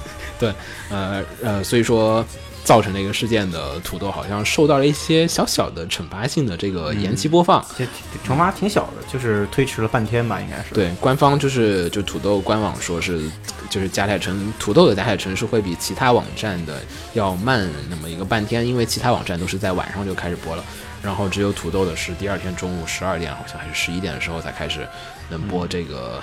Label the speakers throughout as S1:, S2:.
S1: 呃呃，所以说造成这个事件的土豆好像受到了一些小小的惩罚性的这个延期播放。
S2: 其实挺惩罚挺小的，就是推迟了半天吧，应该是。，
S1: 对，官方就是就土豆官网说是，就是加泰城土豆的加泰城是会比其他网站的要慢那么一个半天，因为其他网站都是在晚上就开始播了，然后只有土豆的是第二天中午十二点，好像还是十一点的时候才开始能播
S2: 嗯
S1: 这个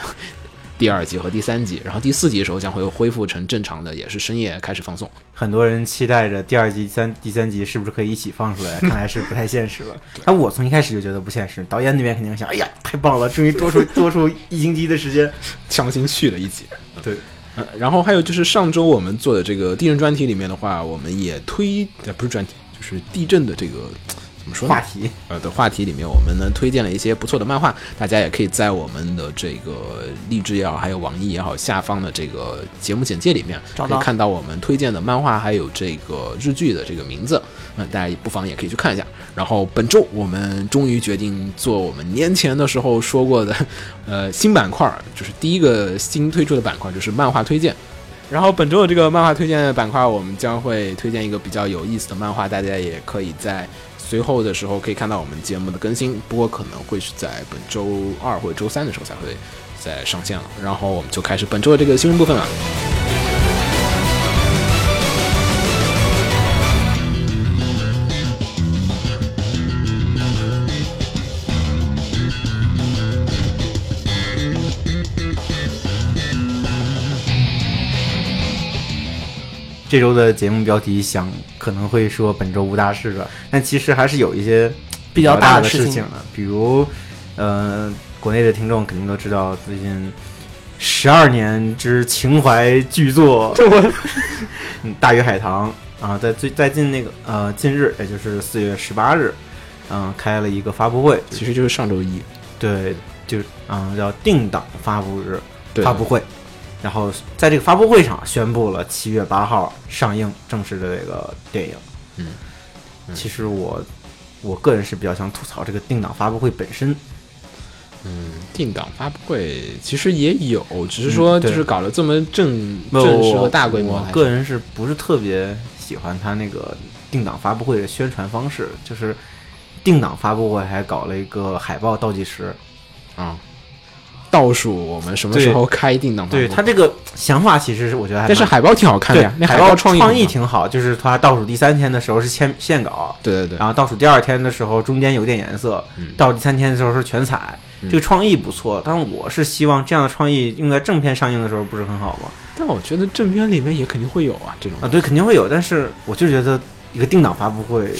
S1: 第二集和第三集，然后第四集的时候将会恢复成正常的，也是深夜开始放送。
S2: 很多人期待着第二集、三第三集是不是可以一起放出来，看来是不太现 实了。但我从一开始就觉得不现实，导演那边肯定想，哎呀，太棒了，终于多出 多出一星期的时间。
S1: 强行续了一集。
S2: 对
S1: 呃，然后还有就是上周我们做的这个地震专题里面的话，我们也推呃不是专题，就是地震的这个怎么说呢
S2: 话题
S1: 呃的话题里面，我们呢推荐了一些不错的漫画，大家也可以在我们的这个励志也好，还有网易也好下方的这个节目简介里面
S3: 找
S1: 可
S3: 到
S1: 以看到我们推荐的漫画还有这个日剧的这个名字，那、大家也不妨也可以去看一下。然后本周我们终于决定做我们年前的时候说过的，呃新板块儿，就是第一个新推出的板块就是漫画推荐。然后本周的这个漫画推荐板块，我们将会推荐一个比较有意思的漫画，大家也可以在随后的时候可以看到我们节目的更新，不过可能会是在本周二或者周三的时候才会再上线了。然后我们就开始本周的这个新闻部分了。
S2: 嗯这周的节目标题想可能会说本周无大事吧，但其实还是有一些
S3: 比
S2: 比
S3: 较
S2: 较
S3: 大
S2: 的
S3: 事
S2: 情了，比如，呃，国内的听众肯定都知道，最近十二年之情怀巨作嗯《大鱼海棠》啊，在最在近那个呃近日，也就是四月十八日，嗯、开了一个发布会，
S1: 其实就是上周一，
S2: 对，就是嗯、叫定档发布日
S1: 对
S2: 发布会。然后在这个发布会上宣布了七月八号上映正式的这个电影。
S1: 嗯嗯
S2: 其实我我个人是比较想吐槽这个定档发布会本身，
S1: 嗯，定档发布会其实也有，只是说
S2: 嗯
S1: 就
S2: 对
S1: 是搞了这么正
S2: 我
S1: 正式和大规模
S2: 嗯我
S1: 来，
S2: 个人是不是特别喜欢他那个定档发布会的宣传方式？就是定档发布会还搞了一个海报倒计时，
S1: 啊。倒数我们什么时候开定档发布会？
S2: 对他这个想法其实是我觉得还
S1: 但是
S2: 蛮
S1: 海报挺好看的
S2: 对
S1: 呀，那
S2: 海
S1: 报
S2: 创
S1: 意
S2: 创
S1: 创
S2: 意，挺好，就是他倒数第三天的时候是签线稿，
S1: 对对对，
S2: 然后倒数第二天的时候，中间有点颜色，
S1: 嗯
S2: 到第三天的时候是全彩，
S1: 嗯
S2: 这个创意不错。但我是希望这样的创意用在正片上映的时候不是很好吗？
S1: 但我觉得正片里面也肯定会有啊，这种
S2: 啊，对，肯定会有，但是我就觉得一个定档发布会，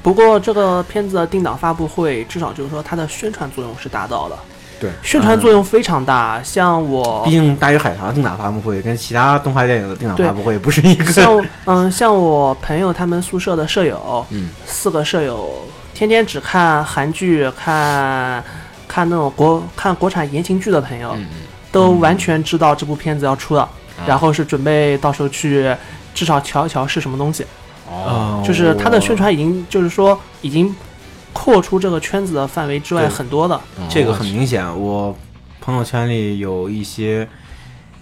S3: 不过这个片子的定档发布会，至少就是说它的宣传作用是达到了。
S1: 对嗯
S3: 宣传作用非常大。像我
S2: 毕，竟《大鱼海棠》定档发布会跟其他动画电影的定档
S3: 对
S2: 发布会不是一个。
S3: 像嗯，像我朋友他们宿舍的舍友，
S1: 嗯，
S3: 四个舍友天天只看韩剧，看看那种国看国产言情剧的朋友，
S1: 嗯嗯
S3: 都完全知道这部片子要出了，然后是准备到时候去至少瞧一瞧是什么东西。
S1: 哦
S3: 啊
S1: 哦，
S3: 就是它的宣传已经就是说已经扩出这个圈子的范围之外
S2: 对
S3: 很多的。
S2: 这个很明显，我朋友圈里有一些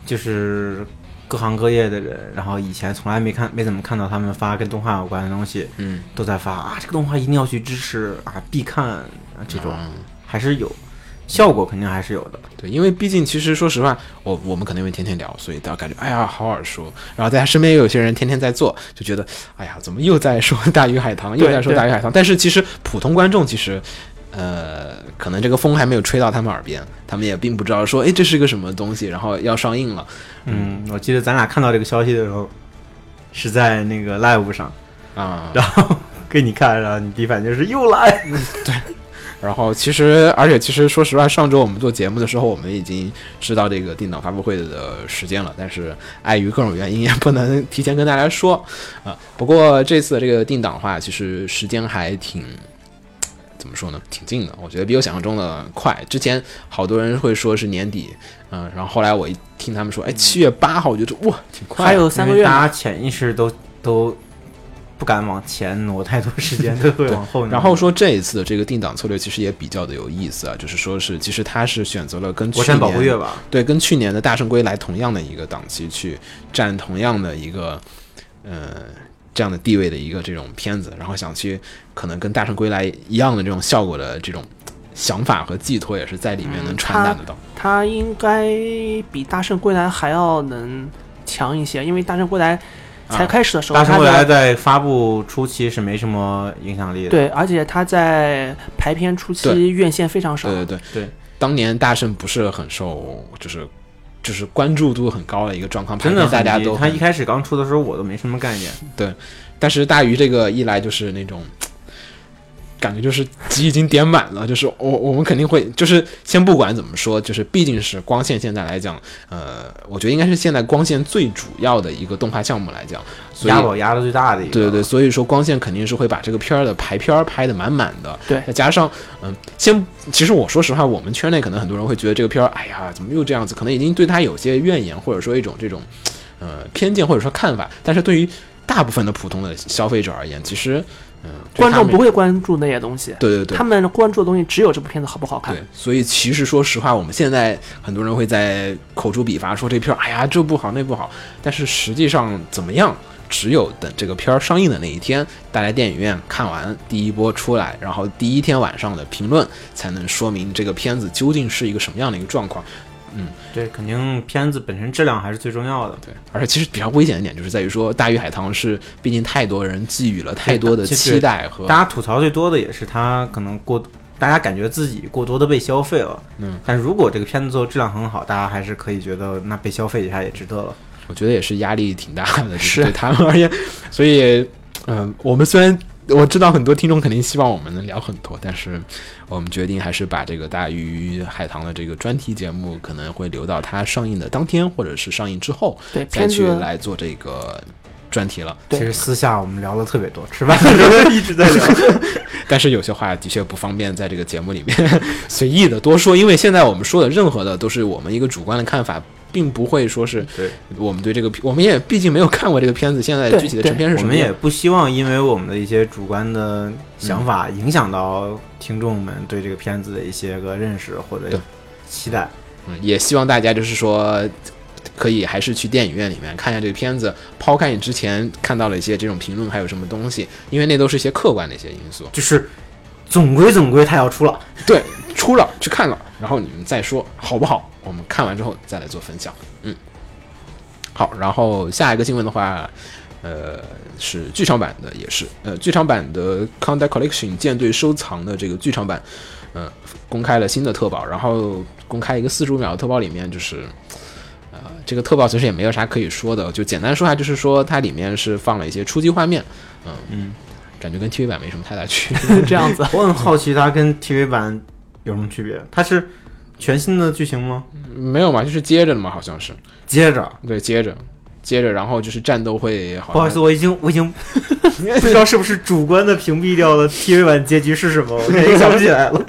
S2: 就是各行各业的人，然后以前从来没看没怎么看到他们发跟动画有关的东西，
S1: 嗯，
S2: 都在发啊，这个动画一定要去支持啊，必看啊这种，还是有效果，肯定还是有的。
S1: 对，因为毕竟其实说实话，我我们可能会天天聊，所以大家感觉哎呀好耳熟。然后大家身边也有些人天天在做，就觉得哎呀怎么又在说大鱼海棠，又
S3: 对
S1: 在说
S3: 对
S1: 大鱼海棠。但是其实普通观众其实。呃，可能这个风还没有吹到他们耳边，他们也并不知道说，哎，这是个什么东西，然后要上映了
S2: 嗯，我记得咱俩看到这个消息的时候，是在那个 live 上，
S1: 啊。
S2: 然后给你看，然后你第一反应就是又来，
S1: 然后其实，而且其实说实话，上周我们做节目的时候，我们已经知道这个定档发布会的时间了，但是碍于各种原因也不能提前跟大家说 啊、不过这次的这个定档的话，其实时间还挺。怎么说呢？挺近的，我觉得比我想象中的快。之前好多人会说是年底，嗯、然后后来我一听他们
S2: 嗯
S1: 说，哎，七月八号，我觉得哇，挺快的。
S3: 还有三个
S2: 因为
S3: 月
S2: 大
S3: 嘛，
S2: 家潜意识都都不敢往前挪太多时间，都会往后挪。
S1: 然后说这一次的这个定档策略其实也比较的有意思啊，就是说是其实它是选择了跟去
S2: 国产保
S1: 年
S2: 护月吧，
S1: 对，跟去年的《大圣归来》同样的一个档期去占同样的一个，呃，这样的地位的一个这种片子，然后想去可能跟《大圣归来》一样的这种效果的这种想法和寄托，也是在里面能传达得到。
S3: 它应该比《大圣归来》还要能强一些，因为《大圣归来》
S1: 啊
S3: 才开始的时候，
S2: 大圣
S3: 它
S2: 未
S3: 的
S2: 来在发布初期是没什么影响力的。，
S3: 对，而且它在排片初
S1: 对
S3: 期院线非常少
S1: 对，对对
S2: 对，
S1: 当年大圣不是很受，就是就是关注度很高的一个状况，
S2: 真的
S1: 排片大家
S2: 很低
S1: 都
S2: 他
S1: 很
S2: 一开始刚出的时候，我都没什么概念。
S1: 但是大鱼这个一来就是那种。感觉就是急已经点满了，就是我我们肯定会，就是先不管怎么说，就是毕竟是光线现在来讲，呃，我觉得应该是现在光线最主要的一个动画项目来讲，所以
S2: 押宝压的最大的一个，
S1: 对对对，，所以说光线肯定是会把这个片儿的排片儿拍得满满的。
S3: 对
S1: 再加上嗯，先其实我说实话，我们圈内可能很多人会觉得这个片儿，哎呀，怎么又这样子？可能已经对他有些怨言，或者说一种这种呃偏见，或者说看法。但是对于大部分的普通的消费者而言，其实嗯，对
S3: 观
S1: 他
S3: 众
S1: 们
S3: 不会关注那些东西，
S1: 对对对
S3: 他。们关注的东西只有这部片子好不好看
S1: 对。，所以其实说实话，我们现在很多人会在口诛笔伐，说这片儿，哎呀，这不好那不好。但是实际上怎么样，只有等这个片儿上映的那一天，大家电影院看完第一波出来，然后第一天晚上的评论，才能说明这个片子究竟是一个什么样的一个状况。
S2: 对，肯定片子本身质量还是最重要的。
S1: 对，而且其实比较危险的一点就是在于说，《大鱼海棠》是毕竟太多人寄予了太多的
S2: 对
S1: 期待和
S2: 大家吐槽最多的也是他可能过，大家感觉自己过多的被消费了。
S1: 嗯，
S2: 但如果这个片子做质量很好，大家还是可以觉得那被消费一下也值得了。
S1: 我觉得也是压力挺大的，就是对他们而 言。所以，嗯、我们虽然我知道很多听众肯定希望我们能聊很多，但是呃我们决定还是把这个《大鱼海棠》的这个专题节目可能会留到它上映的当天，或者是上映之后
S3: 对
S1: 再
S3: 片
S1: 去
S3: 子
S1: 来做这个专题了。
S2: 其
S3: 对
S2: 实私下我们聊了特别多，吃饭的时候一直在聊。
S1: 但是有些话的确不方便在这个节目里面 随意的多说，因为现在我们说的任何的都是我们一个主观的看法。并不会说是
S2: 对
S1: 我 们对这个，我们也毕竟没有看过这个片子，现在
S3: 对
S1: 具体的成片是
S2: 我
S1: 什么
S2: 们
S1: 样
S2: 也不希望因为我们的一些主观的想法影响到听众们对这个片子的一些个认识或
S1: 对
S2: 者期待。
S1: 嗯，也希望大家就是说，可以还是去电影院里面看一下这个片子，抛开你之前看到了一些这种评论，还有什么东西，因为那都是一些客观的一些因素。
S2: 就是总归总归它要出了，
S1: 对，出了去看了，然后你们再说好不好？我们看完之后再来做分享。嗯，好，然后下一个新闻的话，呃，是剧场版的，也是呃，剧场版的《Contact Collection》舰队收藏的这个剧场版，呃，公开了新的特报，然后公开一个四十五秒的特报，里面就是。呃，这个特报其实也没有啥可以说的，就简单说一下，就是说它里面是放了一些初级画面，嗯
S2: 嗯，
S1: 感觉跟 TV 版没什么太大区别。
S3: 这样子。
S2: 我很好奇它跟 TV 版有什么区别？它是全新的剧情吗？
S1: 没有嘛，就是接着的嘛，好像是。
S2: 接着，
S1: 对，接着接着，然后就是战斗会好像
S2: 不好意思，我已经我已经不知道是不是主观的屏蔽掉了 TV 版结局是什么，我已经想不起来了。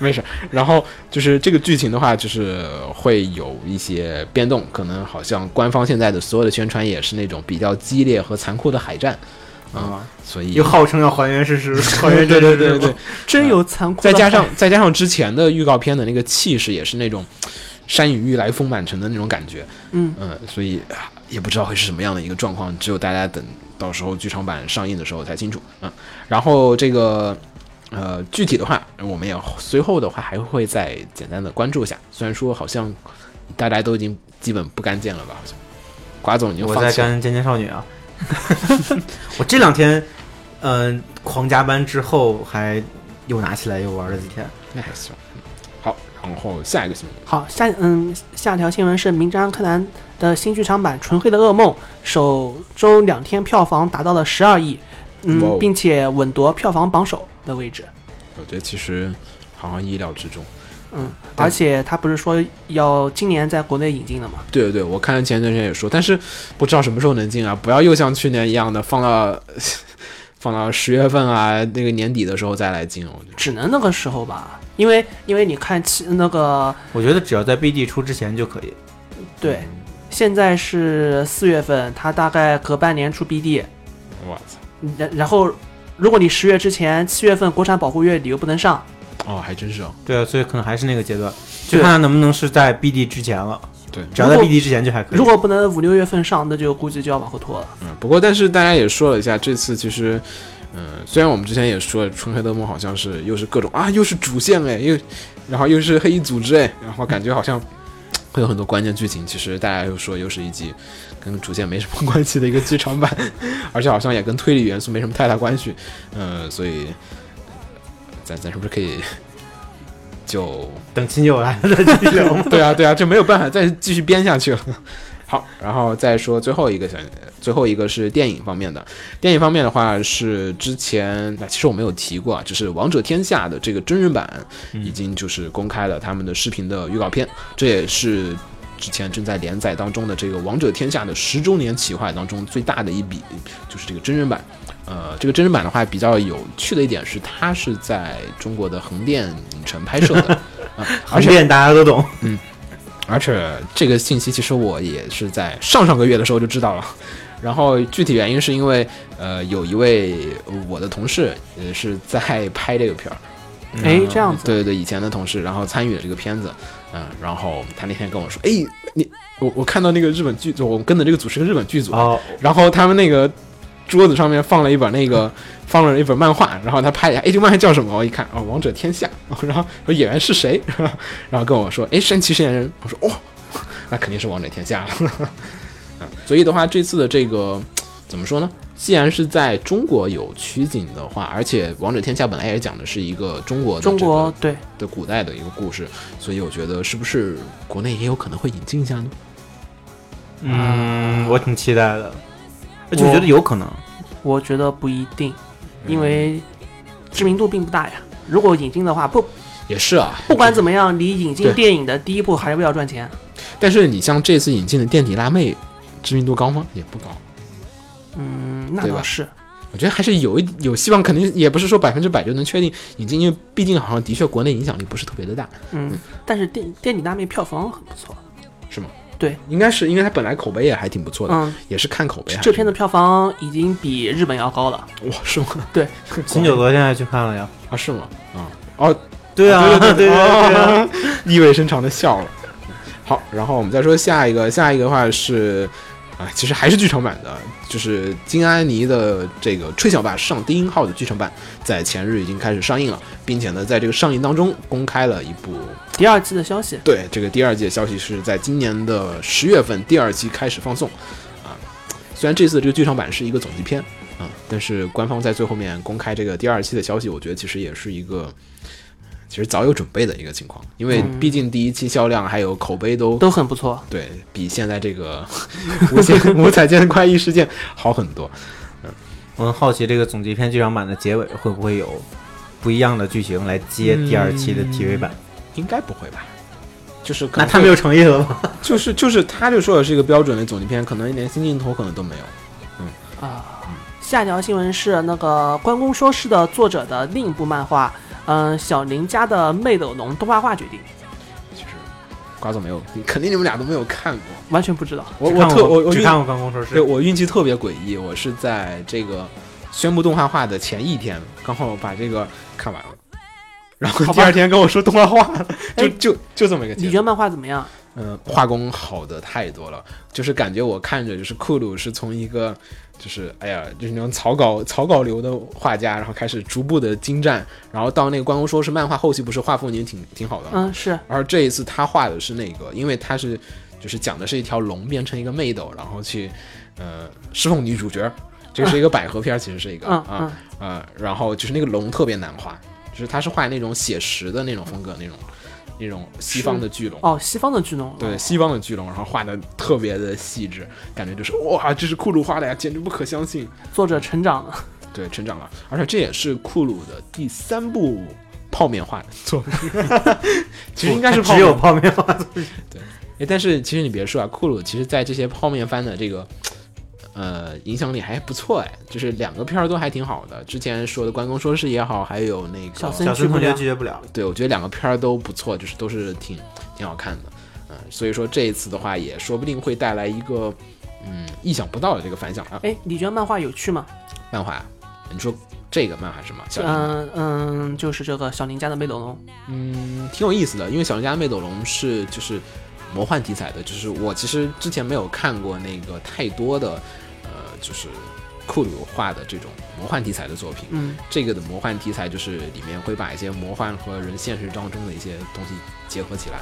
S1: 没事。然后就是这个剧情的话，就是会有一些变动，可能好像官方现在的所有的宣传也是那种比较激烈和残酷的海战。
S2: 啊，
S1: 所以
S2: 又号称要还原事实，还原
S1: 对
S2: 真
S1: 对对
S2: 实，
S1: 对，
S3: 真有残酷
S1: 再
S3: 的海。
S1: 加上再加上之前的预告片的那个气势，也是那种山雨欲来风满城的那种感觉。
S3: 嗯
S1: 嗯，所以啊也不知道会是什么样的一个状况，只有大家等到时候剧场版上映的时候才清楚。嗯，然后这个呃具体的话，我们也随后的话还会再简单的关注一下。虽然说好像大家都已经基本不干见了吧，好像瓜总已经
S2: 我
S1: 放
S2: 在
S1: 弃了。
S2: 干《尖尖少女》啊，我这两天，嗯、狂加班之后还又拿起来又玩了几天。
S1: 那还行。嗯好，然后下一个新闻，
S3: 好，下嗯下条新闻是《名侦探柯南》的新剧场版《纯黑的噩梦》，首周两天票房达到了十二亿，
S1: 哇哦
S3: 嗯，并且稳夺票房榜首的位置。
S1: 我觉得其实好像意料之中。
S3: 嗯，而且他不是说要今年在国内引进的吗？
S1: 对对对，我看前段时间也说，但是不知道什么时候能进啊！不要又像去年一样的放到 放到十月份啊，那个年底的时候再来进。我觉得
S3: 只能那个时候吧，因为因为你看其那个
S2: 我觉得只要在 BD 出之前就可以。
S3: 对，
S1: 嗯
S3: 现在是四月份，他大概隔半年出 BD，
S1: 我操，
S3: 然然后如果你十月之前七月份国产保护月你又不能上，
S1: 哦，还真是哦，
S2: 对啊，所以可能还是那个阶段，就看它能不能是在 BD 之前了。
S1: 对，
S2: 只要在 BD 之前就还可以。
S3: 如果不能五六月份上，那就估计就要往后拖了。
S1: 嗯，不过但是大家也说了一下，这次其实。嗯，虽然我们之前也说了，《春黑的梦》好像是又是各种啊，又是主线哎，又然后又是黑衣组织哎，然后感觉好像会有很多关键剧情。其实大家又说又是一集跟主线没什么关系的一个剧场版， 而且好像也跟推理元素没什么太大关系。嗯，所以咱咱是不是可以就。
S2: 等秦九来了再继续聊嘛
S1: 对啊，对啊，这没有办法再继续编下去了。 好，然后再说最后一个选，最后一个是电影方面的。电影方面的话是之前，那其实我没有提过啊，就是《王者天下》的这个真人版已经就是公开了他们的视频的预告片，这也是之前正在连载当中的这个《王者天下》的十周年企划当中最大的一笔，就是这个真人版。呃，这个真人版的话比较有趣的一点是，它是在中国的横店影城拍摄的，啊而
S2: 横
S1: 且
S2: 店大家都懂，
S1: 而且这个信息其实我也是在上上个月的时候就知道了，然后具体原因是因为呃有一位我的同事也是在拍这个片儿，
S3: 哎、
S1: 嗯
S3: 这样子，
S1: 对对对，以前的同事，然后参与了这个片子，嗯，然后他那天跟我说，哎，你我我看到那个日本剧组，我跟的这个组是个日本剧组，
S2: 哦，
S1: 然后他们那个桌子上面放了一本那 个放了一本漫画，然后他拍一下，哎，这个漫画叫什么？我一看，哦，《王者天下》， 然后说演员是谁， 然后跟我说，哎，山崎实验人，我说哦， 那肯定是《王者天下》了。 嗯，所以的话，这次的这个怎么说呢？既然是在中国有取景的话，而且《王者天下》本来也讲的是一个中国的
S3: 中
S1: 这
S3: 国
S1: 个
S3: 对
S1: 的古代的一个故事，所以我觉得是不是国内也有可能会引进一下 呢？
S2: 嗯，我挺期待的，而且
S3: 我
S2: 我觉得有可能。
S3: 我觉得不一定，
S1: 嗯
S3: 因为知名度并不大呀。如果引进的话，不
S1: 也是啊，
S3: 不管怎么样，你引进
S1: 对
S3: 电影的第一步还是要赚钱。
S1: 但是你像这次引进的垫底辣妹，知名度高吗？也不高。
S3: 嗯，那
S1: 对吧
S3: 倒是。
S1: 我觉得还是有一有希望，肯定也不是说百分之百就能确定引进，因为毕竟好像的确国内影响力不是特别的大，
S3: 嗯，但是电电影大妹票房很不错。
S1: 是吗？
S3: 对，
S1: 应该是，因为它本来口碑也还挺不错的，
S3: 嗯，
S1: 也是看口碑还是。
S3: 这片的票房已经比日本要高了。
S1: 哇是吗？
S3: 对，
S2: 秦九昨天还去看了呀。
S1: 啊是吗？啊、哦
S2: 对啊，对对对啊
S1: 啊，意味深长的笑了。好，然后我们再说下一个，下一个的话是，啊，其实还是剧场版的，就是金安妮的这个《吹小吧上低音号》的剧场版，在前日已经开始上映了，并且呢，在这个上映当中公开了一部，
S3: 第二季的消息，
S1: 对，这个第二季的消息是在今年的十月份第二期开始放送，啊，虽然这次这个剧场版是一个总集篇，啊，但是官方在最后面公开这个第二期的消息，我觉得其实也是一个。其实早有准备的一个情况，因为毕竟第一期销量还有口碑都
S3: 都很不错。
S1: 对比现在这个无线五彩剑快意事件好很多。
S2: 我很好奇这个总集篇剧场版的结尾会不会有不一样的剧情来接第二期的 TV 版？
S1: 应该不会吧？就是嗯可
S2: 那
S1: 能
S2: 太
S1: 会
S2: 没有诚意了吧？
S1: 就是就是他就说的是一个标准的总集篇，可能连新镜头可能都没有。
S3: 啊。下一条新闻是那个《关公说事》的作者的另一部漫画，嗯、小林家的《妹斗龙》动画化决定，
S1: 其实瓜总没有，肯定你们俩都没有看过。
S3: 完全不知道。
S1: 我
S2: 只
S1: 我
S2: 看
S1: 特
S2: 过
S1: 我我
S2: 只
S1: 运
S2: 看过《关公说事
S1: 对》，我运气特别诡异，我是在这个宣布动画化的前一天，刚好把这个看完了。然后第二天跟我说动画化了，就
S3: 哎
S1: 就就这么一个结
S3: 你
S1: 果
S3: 觉。得漫画怎么样？
S1: 嗯，画工好的太多了，就是感觉我看着就是库鲁是从一个就是哎呀，就是那种草稿草稿流的画家，然后开始逐步的精湛，然后到那个关公说是漫画后期不是画风已经挺挺好的，
S3: 嗯，是
S1: 而这一次他画的是那个，因为他是就是讲的是一条龙变成一个妹斗，然后去呃侍奉女主角，这是一个百合片儿，其实是一个
S3: 嗯
S1: 啊啊、然后就是那个龙特别难画，就是他是画那种写实的那种风格那种那种西方的巨龙。
S3: 哦，西方的巨龙。
S1: 对，西方的巨龙，然后画的特别的细致，感觉就是哇，这是库鲁画的呀，简直不可相信。
S3: 作者成长了，
S1: 对，成长了，而且这也是库鲁的第三部泡面画的作品， 其实应该是泡
S2: 只
S1: 面
S2: 有泡面化作品
S1: 哎，但是其实你别说啊，库鲁其实在这些泡面番的这个呃影响力还不错哎，就是两个片儿都还挺好的。之前说的《关公说事》也好，还有那个
S3: 小森
S2: 小
S3: 拒
S2: 孙
S3: 不
S2: 同学
S3: 了
S2: 拒。绝不了，
S1: 对，我觉得两个片儿都不错，就是都是挺挺好看的，嗯、所以说这一次的话，也说不定会带来一个嗯意想不到的这个反响啊。
S3: 哎，你觉得漫画有趣吗？
S1: 漫画，你说这个漫画是吗？小林
S3: 嗯嗯，就是这个小林家的魅斗龙。
S1: 嗯，挺有意思的，因为《小林家妹斗龙》是就是魔幻题材的，就是我其实之前没有看过那个太多的，呃，就是库鲁画的这种魔幻题材的作品。
S3: 嗯，
S1: 这个的魔幻题材就是里面会把一些魔幻和人现实当中的一些东西结合起来，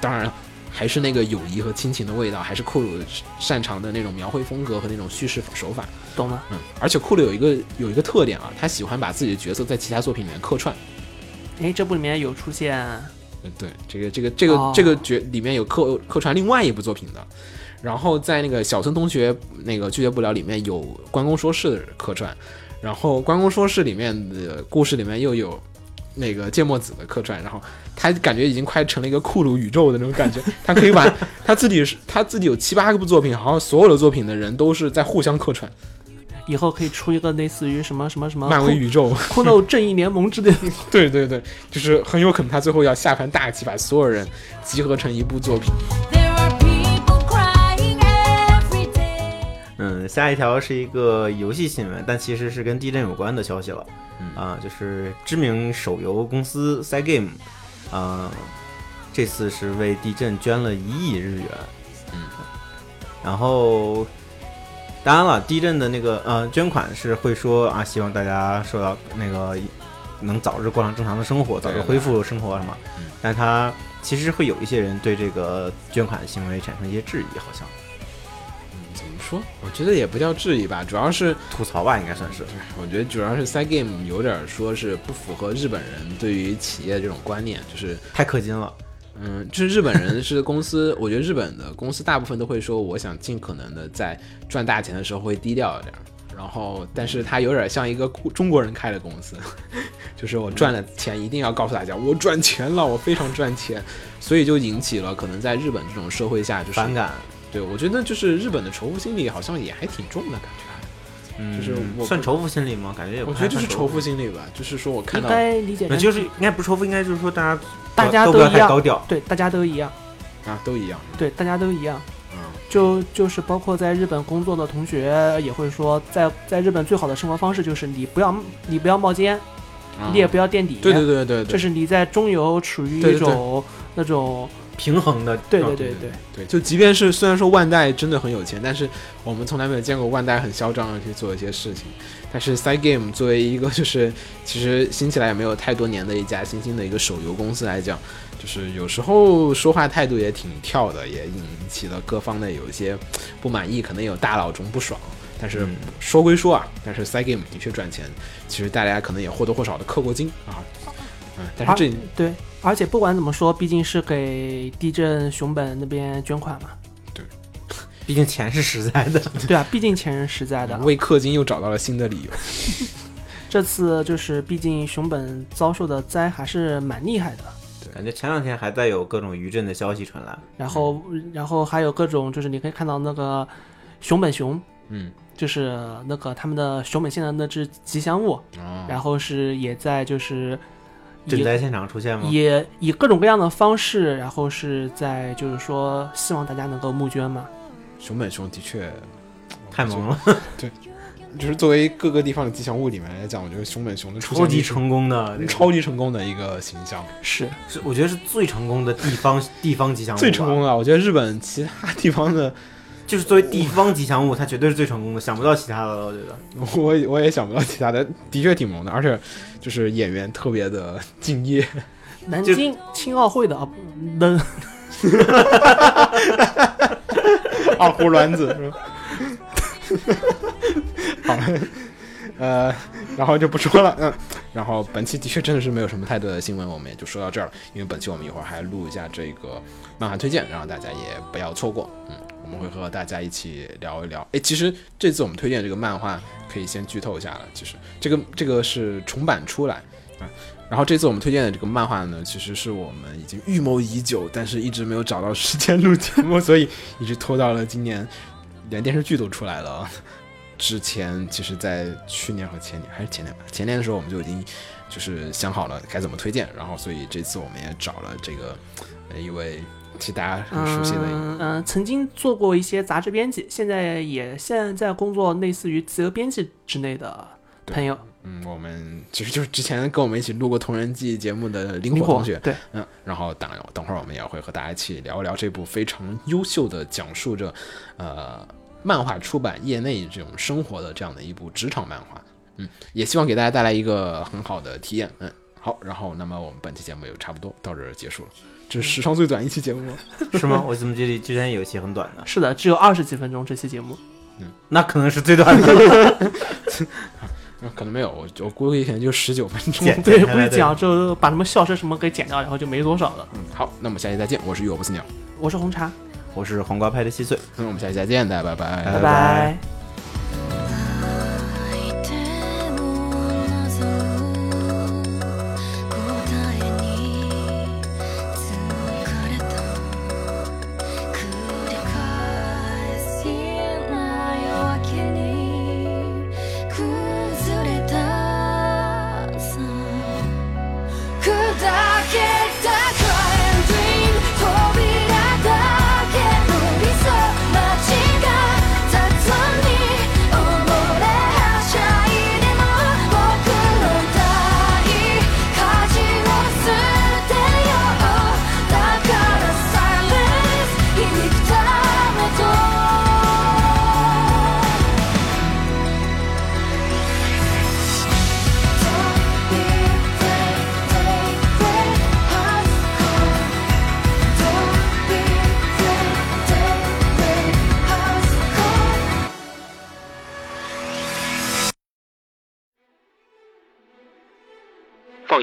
S1: 当然还是那个友谊和亲情的味道，还是库鲁擅长的那种描绘风格和那种叙事手法。
S3: 懂了。
S1: 嗯，而且库鲁有一个有一个特点啊，他喜欢把自己的角色在其他作品里面客串。
S3: 哎，这部里面有出现
S1: 嗯，对，这个这个这个、
S3: 哦
S1: 这个角里面有客客串另外一部作品的，然后在那个小村同学那个拒绝不了里面有关公说事的客串，然后关公说事里面的故事里面又有那个芥末子的客串，然后他感觉已经快成了一个库鲁宇宙的那种感觉，他可以把他自己是他自己有七八个部作品，好像所有的作品的人都是在互相客串，
S3: 以后可以出一个类似于什么什么什么
S1: 漫威宇宙。
S3: 骷骷髅正义联盟之类的。
S1: 对对对，就是很有可能他最后要下盘大棋，把所有人集合成一部作品。
S4: There are people crying every day.
S2: 嗯，下一条是一个游戏新闻，但其实是跟地震有关的消息了。
S1: 嗯
S2: 啊，就是知名手游公司 Cygame，啊，这次是为地震捐了一亿日元。
S1: 嗯，
S2: 然后当然了，地震的那个呃捐款是会说啊，希望大家受到那个能早日过上正常的生活，早日
S1: 对的
S2: 恢复生活什么
S1: 嗯。
S2: 但他其实会有一些人对这个捐款行为产生一些质疑，好像
S1: 嗯怎么说？我觉得也不叫质疑吧，主要是
S2: 吐槽吧，应该算是。
S1: 我觉得主要是 side game 有点儿说是不符合日本人对于企业这种观念，就是
S2: 太氪金了。
S1: 嗯，就是日本人是公司， 我觉得日本的公司大部分都会说，我想尽可能的在赚大钱的时候会低调一点儿。然后，但是他有点像一个顾中国人开的公司， 就是我赚了钱一定要告诉大家我赚钱了，我非常赚钱，所以就引起了可能在日本这种社会下就是
S2: 反。感，
S1: 对，我觉得就是日本的仇富心理好像也还挺重的感觉。啊
S2: 嗯
S1: 就是我
S2: 算仇富心理吗？感觉也不
S1: 我觉
S2: 太
S1: 得就是
S2: 算
S1: 仇
S2: 富
S1: 富，心理吧，就是说我 看
S3: 应
S1: 到，
S3: 该理解
S2: 那
S3: 成
S2: 就是应该不是仇富，应该就是说大家
S3: 大家
S2: 都不
S3: 都
S2: 要
S3: 一
S2: 太
S3: 样
S2: 高调。
S3: 对，大家都一样。
S1: 啊，都一样，
S3: 对，大家都一样。
S1: 嗯，
S3: 就就是包括在日本工作的同学也会说，在在日本最好的生活方式就是你不要你不要冒尖，
S1: 啊
S3: 你也不要垫底，
S1: 对对对对对，
S3: 就是你在中游处于
S1: 对对对
S3: 一种那种
S2: 平衡的，
S3: 对
S1: 啊对
S3: 对对
S1: 对对，
S3: 对，
S1: 就即便是虽然说万代真的很有钱，但是我们从来没有见过万代很嚣张的去做一些事情。但是 Side Game 作为一个就是其实兴起来也没有太多年的一家新兴的一个手游公司来讲，就是有时候说话态度也挺跳的，也引起了各方的有一些不满意，可能有大佬中不爽。但是
S2: 嗯
S1: 说归说啊，但是 Side Game 的确赚钱，其实大家可能也或多或少的氪过金啊。嗯，但是这、
S3: 对，而且不管怎么说，毕竟是给地震熊本那边捐款 嘛，
S2: 毕竟钱是实在的。
S3: 对啊，毕竟钱是实在的。
S1: 嗯
S3: 啊
S1: 为氪金又找到了新的理由。
S3: 这次就是毕竟熊本遭受的灾还是蛮厉害的，
S2: 感觉前两天还在有各种余震的消息传来，
S3: 然后
S1: 嗯
S3: 然后还有各种就是你可以看到那个熊本熊，
S1: 嗯，
S3: 就是那个他们的熊本县的那只吉祥物，
S1: 哦
S3: 然后是也在就是
S2: 赈
S3: 以
S2: 灾现场出现
S1: 嗯
S2: 吗？
S3: 也以各种各样的方式，然后是在就是说希望大家能够募捐嘛。
S1: 熊本熊的确
S2: 太萌了，
S1: 对，就是作为各个地方的吉祥物里面来讲，我觉得熊本熊的出现
S2: 超级
S1: 率是
S2: 成功的，
S1: 超级成功的一个形象，
S3: 是
S2: 是我觉得是最成功的地方 地方吉祥物，啊
S1: 最成功，的。我觉得日本其他地方的，
S2: 就是作为地方吉祥物，它绝对是最成功的，想不到其他的了，我觉 得。
S1: 我也我也想不到其他的，的确挺萌的，而且就是演员特别的敬业。
S3: 南
S2: 就
S3: 京青奥会的啊，能
S1: 二胡卵子是吧？ 好，呃，然后就不说了，嗯，然后本期的确真的是没有什么太多的新闻，我们也就说到这儿了，因为本期我们一会儿还录一下这个漫画推荐，然后大家也不要错过，嗯，我们会和大家一起聊一聊。哎，其实这次我们推荐这个漫画可以先剧透一下了，其实这个这个是重版出来啊。然后这次我们推荐的这个漫画呢，其实是我们已经预谋已久，但是一直没有找到时间录节目，所以一直拖到了今年，连电视剧都出来了。之前其实，在去年和前年还是前年吧，前年的时候我们就已经就是想好了该怎么推荐，然后所以这次我们也找了这个呃一位其实大家很熟悉的一个
S3: 嗯、呃曾经做过一些杂志编辑，现在也现在工作类似于自由编辑之类的
S1: 对
S3: 朋友，
S1: 嗯，我们其实就是之前跟我们一起录过同人记节目的林
S3: 灵
S1: 火
S3: 活
S1: 同学，
S3: 对，
S1: 嗯，然后等等会儿我们也会和大家一起聊一聊这部非常优秀的讲述着呃漫画出版业内这种生活的这样的一部职场漫画，嗯，也希望给大家带来一个很好的体验，嗯，好，然后那么我们本期节目也差不多到这儿结束了，这是史上最短一期节目了，
S2: 是吗？我怎么觉得之前有一期很短的？
S3: 是的，只有二十几分钟这期节目，
S2: 那可能是最短 的，
S1: 嗯可能没有，我我估计可能就十九分钟。
S2: 剪
S3: 对，
S2: 剪开
S3: 不
S2: 来
S3: 是
S2: 的
S3: 讲就把什么笑声什么给剪掉，然后就没多少了。
S1: 嗯好，那我们下期再见，我是雨我不死鸟，
S3: 我是红茶，
S2: 我是黄瓜派的细碎。
S1: 那我们下期再见，大家拜拜。
S2: 拜
S3: 拜
S2: 拜
S3: 拜
S4: 相手を望む答えに紡がれた繰り返しないわけに崩れたさ砕けた crying dream 扉だけの理想街が雑に溺れはしゃいでも僕の代恥を捨てようだから silence 響くためと「Don't be afraid, take, take, take us home」「君の想いをDon't be afraid, take, take us home」
S1: 放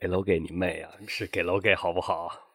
S5: 给楼给你妹啊！是给楼给好不好？